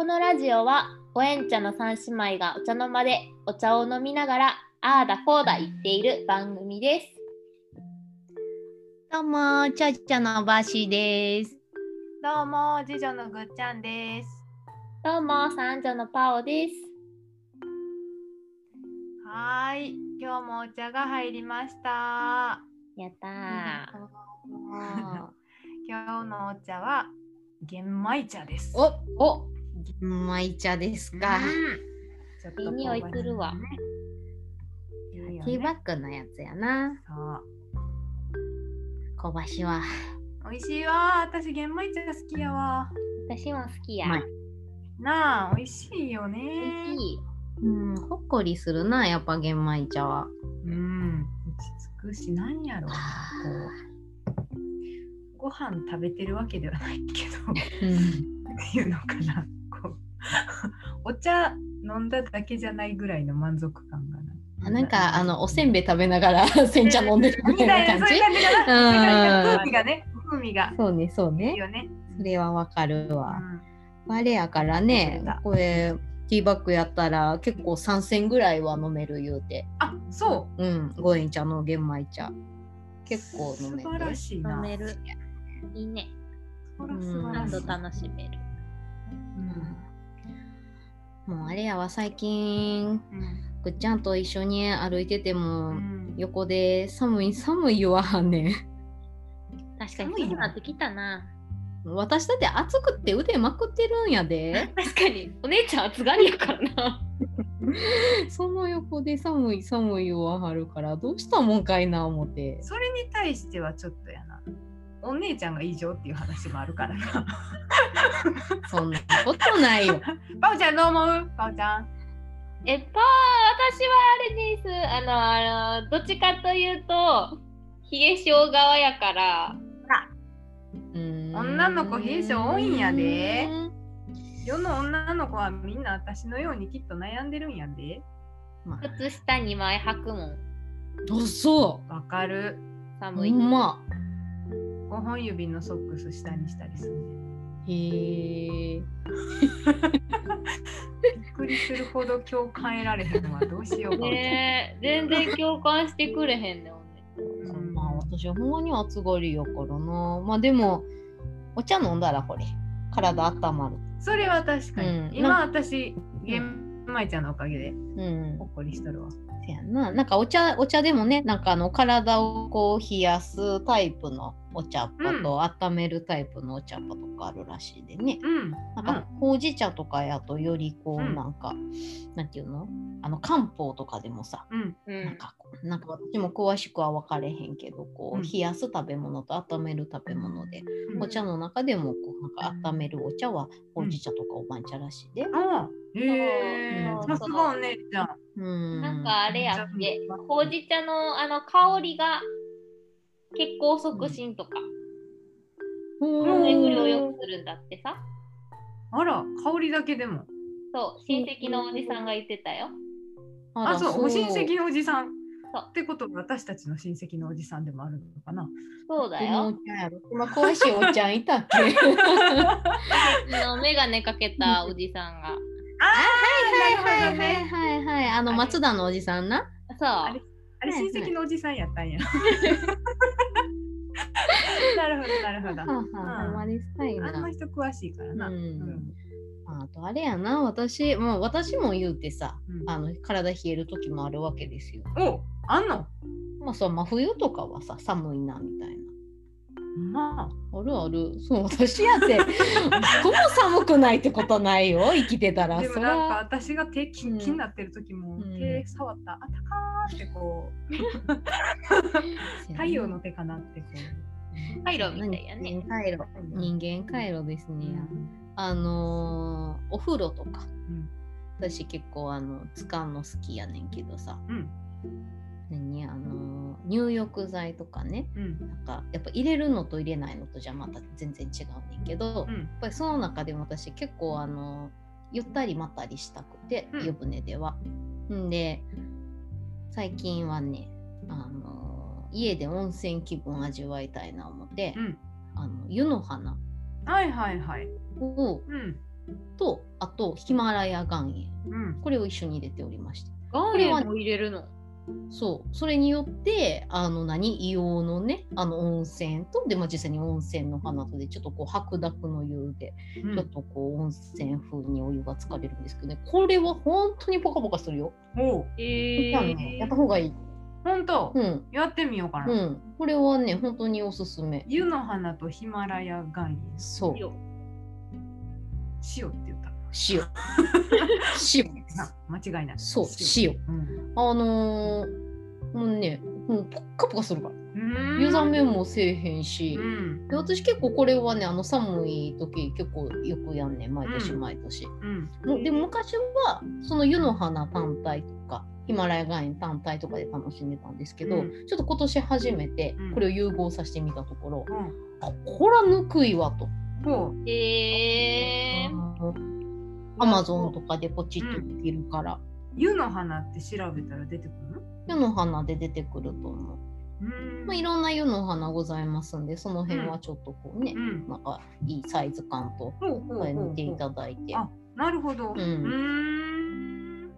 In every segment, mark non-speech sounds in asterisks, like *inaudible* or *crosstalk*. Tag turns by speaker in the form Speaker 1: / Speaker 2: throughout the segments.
Speaker 1: のラジオはおえん茶の三姉妹がお茶の間でお茶を飲みながらああだこうだ言っている番組です
Speaker 2: どうも、ちゃちゃのばしです。
Speaker 3: どうも、次女のぐっちゃんです。
Speaker 1: どうも三女のパオです
Speaker 3: はーい、今日もお茶が入りました。
Speaker 1: やったー
Speaker 3: 今日のお茶は玄米茶です。
Speaker 2: お、お、まい茶ですか。
Speaker 3: ちょ
Speaker 1: い
Speaker 3: っ
Speaker 1: い匂いするわ
Speaker 3: いいよ
Speaker 2: ティーバ
Speaker 3: ね。
Speaker 2: ッグのやつやな。
Speaker 3: そう
Speaker 2: 小橋は。
Speaker 3: 美味しいわ。私玄米茶好きやわ。
Speaker 1: 私も好きや
Speaker 2: うまい
Speaker 3: なあ、美味しいよ
Speaker 1: 美味
Speaker 3: ね。
Speaker 1: しい
Speaker 2: うん、ほっこりするな、やっぱ玄米茶は。
Speaker 3: うん。落ち着くし、なんやろう。こうご飯食べてるわけではないけど。
Speaker 2: うん、
Speaker 3: っていうのかなこう *laughs* お茶飲んだだけじゃないぐらいの満足感がな
Speaker 2: なんか、あの、おせんべい食べながら煎茶飲んでるみ
Speaker 3: みた
Speaker 2: たい
Speaker 3: いな
Speaker 2: な感
Speaker 3: そうい
Speaker 2: じ
Speaker 3: う。感じかな
Speaker 2: うん
Speaker 3: なんか風味がね風味が
Speaker 2: そうね、そ
Speaker 3: い
Speaker 2: う
Speaker 3: い
Speaker 2: ね。
Speaker 3: よね
Speaker 2: それはわかる
Speaker 3: う
Speaker 2: わ。
Speaker 3: ん
Speaker 2: あれやからね
Speaker 3: そうだ、
Speaker 2: これ、ティーバッグやったら結構3銭ぐらいは飲める言うて。
Speaker 3: あそ
Speaker 2: うん、五円茶の玄米茶。
Speaker 3: う
Speaker 2: 結構飲める
Speaker 3: 素晴らしいな
Speaker 1: 飲めるいいね
Speaker 3: そら
Speaker 2: うん
Speaker 3: 素晴ら
Speaker 1: 何
Speaker 3: し
Speaker 1: 度
Speaker 3: い
Speaker 1: 楽しめる
Speaker 2: うんもうあれやわ最近
Speaker 3: うん
Speaker 2: ぐっちゃんと一緒に歩いてても、
Speaker 3: うん
Speaker 2: 横で寒い寒い言わはんね
Speaker 1: 確かに
Speaker 3: 寒い
Speaker 1: そう
Speaker 3: よ
Speaker 1: なってきたなん
Speaker 2: 私だって暑くって腕まくってるんやで
Speaker 1: 確かにお姉ちゃん暑がりやからな
Speaker 2: その横で寒い寒い言わはるからどうしたもんかいな思って
Speaker 3: それに対してはちょっとやなお姉ちゃんが異常っていう話もあるからな *laughs*
Speaker 2: そんなことない *laughs* よ
Speaker 3: パオちゃんどう思うパオちゃん
Speaker 1: *laughs* えっと私はあれですあのあのどっちかというと冷え性側やから
Speaker 2: うーん
Speaker 3: 女の子冷え性多いんやで世の女の子はみんな私のようにきっと悩んでるんやで
Speaker 2: まあ
Speaker 1: 靴下2枚履くもん
Speaker 2: あそ
Speaker 3: わかる
Speaker 2: う
Speaker 1: 寒
Speaker 2: ほ
Speaker 1: い、
Speaker 2: んま
Speaker 3: 5本指のソックス下にしたりするね
Speaker 2: へえ
Speaker 3: びっくりするほど共感得られへんわどうしようか、
Speaker 1: ねえ全然共感してくれへんねん
Speaker 3: うん
Speaker 2: まあ私はほんまに暑がりやからな。まあでもお茶飲んだらこれ体温まる。
Speaker 3: それは確かに、
Speaker 2: うん
Speaker 3: 今私玄米ちゃんのおかげで
Speaker 2: うん。
Speaker 3: ほっこりしとるわ
Speaker 2: せやな。なんかお茶お茶でもねなんかあの体をこう冷やすタイプのお茶っ葉と、温めるタイプのお茶っ葉とかあるらしいでね。
Speaker 3: うん
Speaker 2: なんかほうじ茶とかやとよりこう、
Speaker 3: うん
Speaker 2: なんかなんていうのあの漢方とかでもさ。
Speaker 3: うん
Speaker 1: うん
Speaker 2: なんかこうなんか私も詳しくは分かれへんけどこ
Speaker 3: うん
Speaker 2: う冷やす食べ物と温める食べ物で
Speaker 3: うん
Speaker 2: お茶の中でもこうなんか温めるお茶はほうじ茶とかおばん茶らしいで。
Speaker 3: ああへえ
Speaker 2: そう
Speaker 3: さすがお姉ちゃん
Speaker 2: うん
Speaker 1: なんかあれやっ
Speaker 3: め
Speaker 1: て
Speaker 3: っちゃ
Speaker 1: ほうじ茶のあの香りが血行促進とか
Speaker 2: うん
Speaker 3: うん
Speaker 1: 巡りを良くするんだってさ
Speaker 3: あら香りだけでも
Speaker 1: そう親戚のおじさんが言ってたよ
Speaker 2: あ
Speaker 3: あ
Speaker 2: ら
Speaker 3: そうお親戚のおじさん
Speaker 1: そう
Speaker 3: ってことは私たちの親戚のおじさんでもあるのかな
Speaker 1: そうだ
Speaker 2: このお
Speaker 1: よ
Speaker 2: 茶やろ。今詳しいおっちゃんいた
Speaker 3: *laughs*
Speaker 2: っけはい
Speaker 1: あの眼鏡かけたおじさんが
Speaker 3: はいはいはい
Speaker 2: はいはい。あの松田のおじさんな。
Speaker 1: そう
Speaker 3: あれ
Speaker 2: はいはい
Speaker 3: 親戚のおじさんやったん
Speaker 2: *laughs*
Speaker 3: や。なるほどなるほど。
Speaker 2: はあはあ
Speaker 3: うん
Speaker 2: ほんまですかい
Speaker 3: あん
Speaker 2: な
Speaker 3: な。人詳しいからな。
Speaker 2: うん
Speaker 3: うん
Speaker 2: あとあれやな、私、もう私も言うてさ、
Speaker 3: うん
Speaker 2: あの体冷える時もあるわけですよ。
Speaker 3: おあんの
Speaker 2: まあそう、真冬とかはさ、寒いなみたいな。
Speaker 3: まあ
Speaker 2: あるある。そう、私や
Speaker 3: *laughs*
Speaker 2: って、どう寒くないってことないよ、生きてたら。
Speaker 3: でも
Speaker 2: そ
Speaker 3: なんか
Speaker 2: ら
Speaker 3: 私が手キンキンになってる時も、
Speaker 2: うん
Speaker 3: 手触ったあたかーってこう太陽の手かなってこ
Speaker 1: カイロみたいやね
Speaker 2: 人間回路。人間回路です
Speaker 3: う。
Speaker 2: ね。あのーお風呂とか、
Speaker 3: うん
Speaker 2: 私結構あの使うの好きやねんけどさ
Speaker 3: うん
Speaker 2: 何あのー入浴剤とかね
Speaker 3: うん
Speaker 2: なんかやっぱ入れるのと入れないのとじゃまた全然違うねんけど、
Speaker 3: う
Speaker 2: やっ
Speaker 3: ん
Speaker 2: ぱりその中でも私結構あのゆったりまったりしたくて、
Speaker 3: うん
Speaker 2: 湯船では。んで最近はねあのー家で温泉気分味わいたいな思って、
Speaker 3: うん
Speaker 2: あの湯の花
Speaker 3: はいはいはい。
Speaker 2: を
Speaker 3: うん
Speaker 2: とあとヒマラヤ岩塩
Speaker 3: うん。
Speaker 2: これを一緒に入れておりました
Speaker 1: 岩
Speaker 2: れは
Speaker 1: 塩も入れるの。
Speaker 2: そうそれによってあの何硫黄のねあの温泉とで、まあ、実際に温泉の花とでちょっとこう白濁の湯で
Speaker 3: うん
Speaker 2: ちょっとこう温泉風にお湯が浸かれるんですけどねこれは本当にポカポカするよ。
Speaker 3: おう
Speaker 1: え
Speaker 2: じゃあね
Speaker 1: ー
Speaker 2: やった方がいい。
Speaker 3: 本当、
Speaker 2: うん
Speaker 3: やってみようかな。
Speaker 2: うん、これはね本当におすすめ。
Speaker 3: 湯の花とヒマラヤ岩塩。
Speaker 2: そう
Speaker 1: いいよ
Speaker 3: 塩って言った。 *laughs*
Speaker 2: 塩塩
Speaker 3: な間違いない。
Speaker 2: そう塩
Speaker 3: うん。
Speaker 2: あのーもうねもうポッカポカするか
Speaker 3: う
Speaker 2: ら
Speaker 3: ん
Speaker 2: 湯冷めもせえへんし
Speaker 3: う、ん。
Speaker 2: で私結構これはねあの寒い時結構よくやんねん毎年毎年、
Speaker 3: うん。
Speaker 2: もうで昔はその湯の花単体とかヒマラヤ岩塩単体とかで楽しんでたんですけど、
Speaker 3: うん
Speaker 2: ちょっと今年初めて
Speaker 3: うん
Speaker 2: これを融合させてみたところ、
Speaker 3: うん。
Speaker 2: あこらぬくいわと。
Speaker 3: こう。
Speaker 1: えー
Speaker 2: アマゾンとかでポチッとできるから、
Speaker 3: 湯の花って調べたら出てくる
Speaker 2: 湯の花で出てくると思う、
Speaker 3: の
Speaker 2: まあ、いろんな湯の花ございますんでその辺はちょっとこうね、
Speaker 3: うん。
Speaker 2: なんかいいサイズ感と
Speaker 3: ほうほうほうほう
Speaker 2: 見ていただいて、
Speaker 3: あなるほど。う
Speaker 2: うん
Speaker 3: ーん。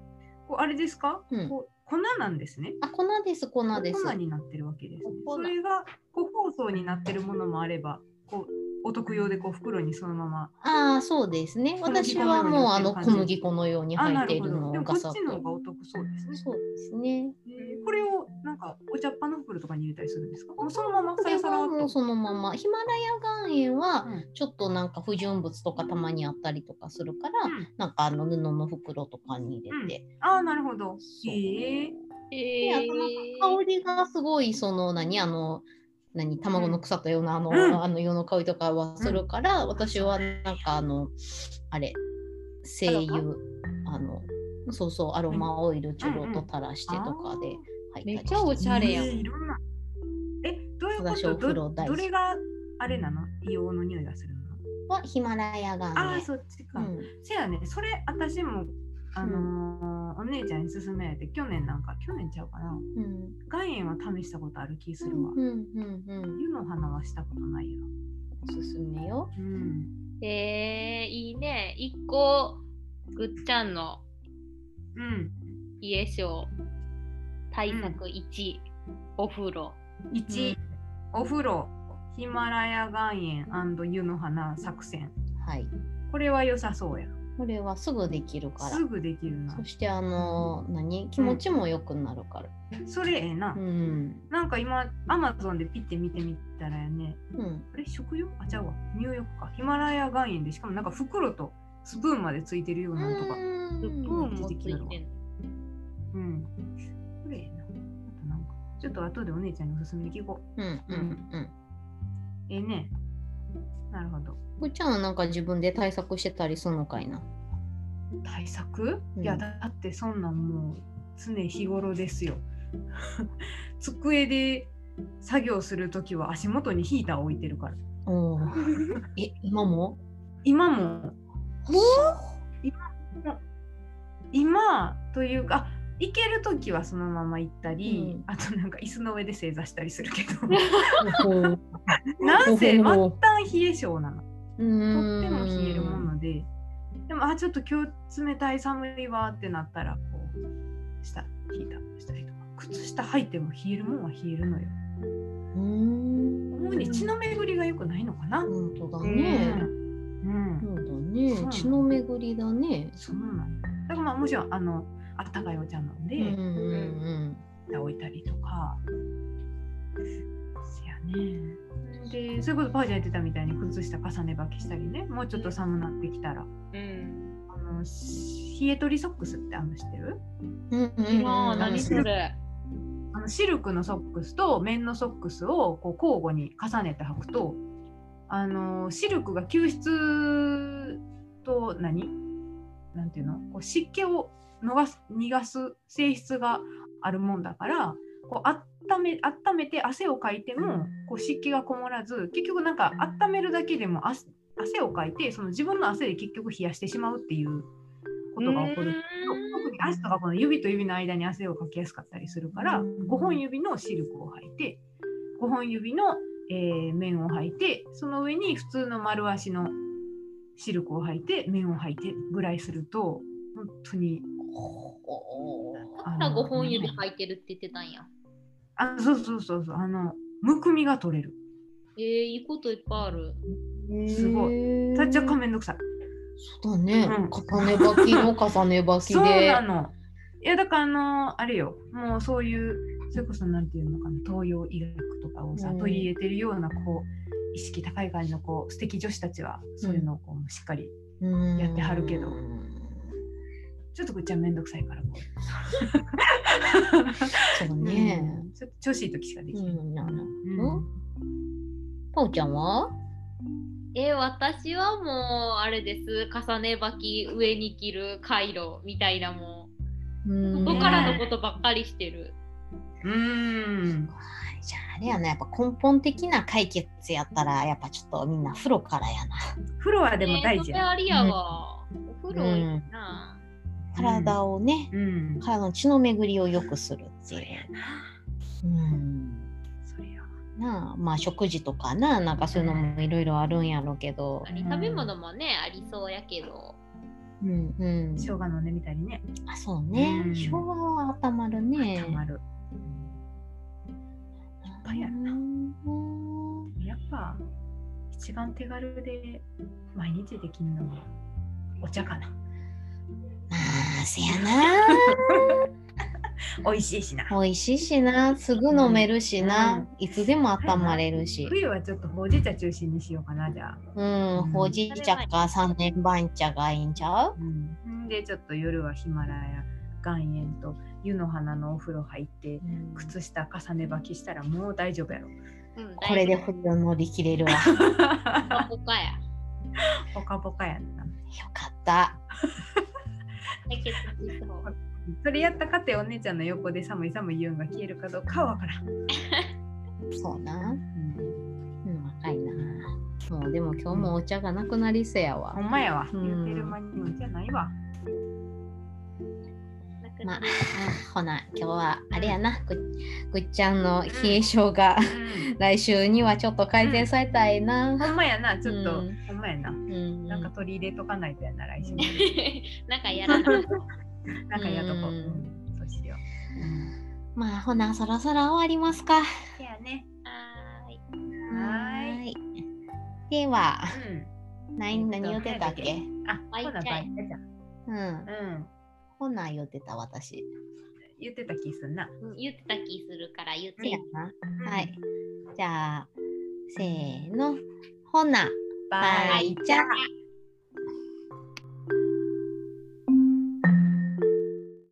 Speaker 3: こうあれですか、
Speaker 2: うん
Speaker 3: こう粉なんですね。
Speaker 2: あ粉です粉です
Speaker 3: 粉になってるわけですね。
Speaker 2: 粉
Speaker 3: それが個包装になってるものもあれば、こうお得用でこう袋にそのまま。
Speaker 2: ああそうですね
Speaker 3: 小麦
Speaker 2: 私
Speaker 3: 粉のように
Speaker 2: はもうあの
Speaker 3: 入ってる感
Speaker 2: 小
Speaker 3: じ
Speaker 2: 麦粉のように
Speaker 3: あ、
Speaker 2: 入
Speaker 3: な
Speaker 2: って
Speaker 3: る
Speaker 2: い
Speaker 3: ほ
Speaker 2: る
Speaker 3: ど。
Speaker 2: の
Speaker 3: で
Speaker 2: を
Speaker 3: もこっ
Speaker 2: ガサッ
Speaker 3: ちの方
Speaker 2: と
Speaker 3: がお得そうですね。
Speaker 2: そうですね
Speaker 3: えーこれをなんかお茶っ葉の袋とかに入れたりするんですか。もうそのまま
Speaker 2: こ
Speaker 3: さ
Speaker 2: れ
Speaker 3: らさら
Speaker 2: は
Speaker 3: っ
Speaker 2: もう
Speaker 3: と。
Speaker 2: そのままヒマラヤ岩塩は
Speaker 3: うん
Speaker 2: ちょっとなんか不純物とかたまにあったりとかするから、
Speaker 3: うん
Speaker 2: なんかあの布の袋とかに入れて、
Speaker 3: あーなるほど。
Speaker 2: そう
Speaker 3: へえ。
Speaker 1: えー
Speaker 2: 香りがすごいその何あの何卵の草とようなあの、
Speaker 3: うん
Speaker 2: あのような香りとかはするから、私はなんかあのあれ精
Speaker 1: ア
Speaker 2: 油あのそうそうアロマオイルちょろっと垂らしてとかで入ったりして、
Speaker 1: めっちゃおしゃれやん
Speaker 3: えーいろんな。え、どういうこ
Speaker 2: 私お
Speaker 3: と
Speaker 2: 風
Speaker 3: ど
Speaker 2: 呂大好
Speaker 3: ど
Speaker 2: き
Speaker 3: れがあれなの硫黄の匂いがするの
Speaker 2: はヒマラヤ
Speaker 3: あ
Speaker 2: 岩
Speaker 3: あ、
Speaker 2: 塩
Speaker 3: そっちか。
Speaker 2: うん
Speaker 3: せやね、それ私も、あのーお姉ちゃんに勧められて、去年なんか、去年ちゃうかな。
Speaker 2: うん
Speaker 3: 岩塩は試したことある気するわ。
Speaker 2: うんうんうん
Speaker 3: 湯の花はしたことないよ。
Speaker 2: おすすめよ
Speaker 3: うん。
Speaker 1: えーいいね。一個、ぐっちゃんの
Speaker 3: うん。
Speaker 1: 家賞対策1、お風呂。
Speaker 3: 1、お風呂、ヒマラヤ岩塩湯の花作戦。
Speaker 2: はい
Speaker 3: これは良さそうや。
Speaker 2: これはすぐできるか
Speaker 3: すぐできる
Speaker 2: ら
Speaker 3: な
Speaker 2: そ。してあの何気持ちも良くなるから
Speaker 3: それええな。
Speaker 2: うん
Speaker 3: なんか今、アマゾンでピッて見てみたらやね、
Speaker 2: うん
Speaker 3: あれ、食用あ、ちゃうわ。入浴か。ヒマラヤ岩塩で、しかもなんか袋とスプーンまでついてるようなのと
Speaker 1: ス
Speaker 3: か。
Speaker 1: プー
Speaker 2: うん
Speaker 1: ンもついてんの。
Speaker 3: うん。これええな。あとなんか、ちょっと後でお姉ちゃんにおすすめ聞こう。
Speaker 2: うんうんうん。
Speaker 3: ええね。なるほど。
Speaker 2: こっちゃんはなんか自分で対策してたりするのかいな。
Speaker 3: 対策、
Speaker 2: うん
Speaker 3: いや、だってそんなんもう常日頃ですよ。 *laughs* 机で作業するときは足元にヒーター置いてるから。
Speaker 2: おお。 *laughs* え、今も。
Speaker 3: 今も今というかあ行ける時はそのまま行ったり、
Speaker 2: うん
Speaker 3: あとなんか椅子の上で正座したりするけ
Speaker 2: *laughs*
Speaker 3: ど
Speaker 2: う。
Speaker 3: なんせ末
Speaker 2: ほほ
Speaker 3: 端
Speaker 2: ほ
Speaker 3: 冷え性なの
Speaker 2: う
Speaker 3: とっても冷えるも
Speaker 2: ん。
Speaker 3: のででもあちょっと今日冷たい寒いわってなったらこう下引いたしたりとか靴下履いても冷えるもんは冷えるのよ
Speaker 2: うん。
Speaker 3: 主に血の巡りが良くないのかな、
Speaker 2: 本当だね。
Speaker 3: うん
Speaker 2: そうだ
Speaker 3: そう
Speaker 2: ね。血の巡りだね。
Speaker 3: そうなんだ。だからまあもちろんあのあったかいお茶飲んで、
Speaker 2: うんうん
Speaker 3: 置いたりとか。せやね。で、それこそパージャン言ってたみたいに靴下重ね履きしたりね、もうちょっと寒なってきたら。
Speaker 1: うん。
Speaker 3: あのし冷え取りソックスってあの知ってる
Speaker 2: うん。うんうんうん。
Speaker 1: ああ、何それ。
Speaker 3: あのシルクのソックスと綿のソックスをこう交互に重ねて履くとあのシルクが吸湿と何なんていうのこう湿気を逃す逃がす性質があるもんだからこう温め温めて汗をかいてもこう湿気がこもらず結局なんか温めるだけでも汗汗をかいてその自分の汗で結局冷やしてしまうっていうことが起こる特に足とかこの指と指の間に汗をかきやすかったりするから5本指のシルクを履いて5本指の、えー、面を履いてその上に普通の丸足のシルクを履いて綿を履いてぐらいすると本当に
Speaker 2: おー
Speaker 1: だから5本指履いてるって言ってたんや。
Speaker 3: あそうそうそうそうあのむくみが取れる
Speaker 1: えー、いいこといっぱいある。
Speaker 3: すご
Speaker 2: い
Speaker 3: たっちゃんかめんどくさい
Speaker 2: そうだね、
Speaker 3: うん
Speaker 2: 重ね
Speaker 3: *laughs*
Speaker 2: 履きの重ね履き
Speaker 3: そう
Speaker 2: で
Speaker 3: なのいやだからあのあれよもうそういうそれこそなんていうのかな東洋医学とかをさ
Speaker 2: うん
Speaker 3: 取り入れてるようなこう意識高い感じのこう素敵女子たちはそういうのをこうしっかり
Speaker 2: うん
Speaker 3: やってはるけどちょっとこっちはめんどくさいからこう
Speaker 2: そうね、
Speaker 3: うんちょっと調子いい時しかで
Speaker 2: う
Speaker 3: きない、
Speaker 2: ん、なる
Speaker 3: うん
Speaker 2: パオちゃんは
Speaker 1: えー、私はもう、あれです。重ね履き、上に着る回路みたいなもん。ここ
Speaker 2: こ
Speaker 1: からのことばっかりしてる。
Speaker 3: うん
Speaker 2: じゃああれやなやっぱ根本的な解決やったらやっぱちょっとみんな風呂からやな
Speaker 3: フロアでも大事
Speaker 1: えーそれ
Speaker 3: や、
Speaker 1: ありやわ。お風呂いいな。
Speaker 2: 体をね、
Speaker 3: うん
Speaker 2: 体の血の巡りを良くするっていう。うん
Speaker 3: それや
Speaker 2: なあまあ食事とかななんかそういうのもいろいろあるんやろうけど
Speaker 1: あ、り食べ物もね、ありそうやけど。
Speaker 2: うんうん、
Speaker 3: 生姜飲んでみたりね
Speaker 2: あそうね、
Speaker 3: うん
Speaker 2: 生姜は温まるね
Speaker 3: たまる、ぱいあるな
Speaker 2: うん
Speaker 3: やっぱ一番手軽で毎日できるのはお茶かな
Speaker 2: まあせや
Speaker 3: *laughs*
Speaker 2: な
Speaker 3: 美味しいしな
Speaker 2: 美味しいしなすぐ飲めるしな、
Speaker 3: うん
Speaker 2: いつでも温まれるし、
Speaker 3: 冬はちょっとほうじ茶中心にしようかなじゃあ、
Speaker 2: うんほうじ茶か三年番茶がいいんちゃう
Speaker 3: うん、でちょっと夜はヒマラヤ岩塩と湯の花のお風呂入って靴下重ね履きしたらもう大丈夫や *laughs* ろ
Speaker 1: うん、
Speaker 2: これで
Speaker 1: ほっ
Speaker 2: 冬を乗り切れるわよ
Speaker 1: かほかや。
Speaker 3: ポカポカやな
Speaker 2: かった
Speaker 1: 解決しそう
Speaker 3: それやったかってお姉ちゃんの横で寒い寒い言うんが消えるかどうかはわからん、
Speaker 2: そうなうん、若いな。もうでも今日もお茶がなくなりそうやわ
Speaker 3: ほ。んまやわ、
Speaker 2: うん
Speaker 3: 言うてる間にもじゃないわ
Speaker 1: なく
Speaker 2: ま
Speaker 1: な
Speaker 2: あ
Speaker 1: る、
Speaker 2: ほな、今日はあれやな、ぐぐっちゃんの冷え性が
Speaker 3: うん
Speaker 2: 来週にはちょっと改善されたいな。
Speaker 3: ほんまやなちょっと、
Speaker 2: うん
Speaker 3: ほんまやな
Speaker 2: うん
Speaker 3: なんか取り入れとかないとやな来週、
Speaker 1: *laughs* なんかやらなく
Speaker 3: なんかやっとこう、
Speaker 2: うん
Speaker 3: うんそうしよう、
Speaker 2: まあほな、そろそろ終わりますか。は
Speaker 3: せやね
Speaker 1: はーい。
Speaker 2: ーい。では、
Speaker 3: うん
Speaker 2: 何何言ってたっけ
Speaker 3: あ
Speaker 1: バイ
Speaker 3: ほな
Speaker 1: チャイ
Speaker 3: バイチャイじゃん
Speaker 2: うん。
Speaker 3: うん
Speaker 2: ほな、言ってた私。
Speaker 3: 言ってた気すんな
Speaker 1: うん言ってた気するから言っ
Speaker 2: せや
Speaker 1: て。
Speaker 2: な。はい。じゃあ、せーの。ほな、
Speaker 3: バ
Speaker 2: バ
Speaker 3: イ
Speaker 2: イチャ。
Speaker 1: あ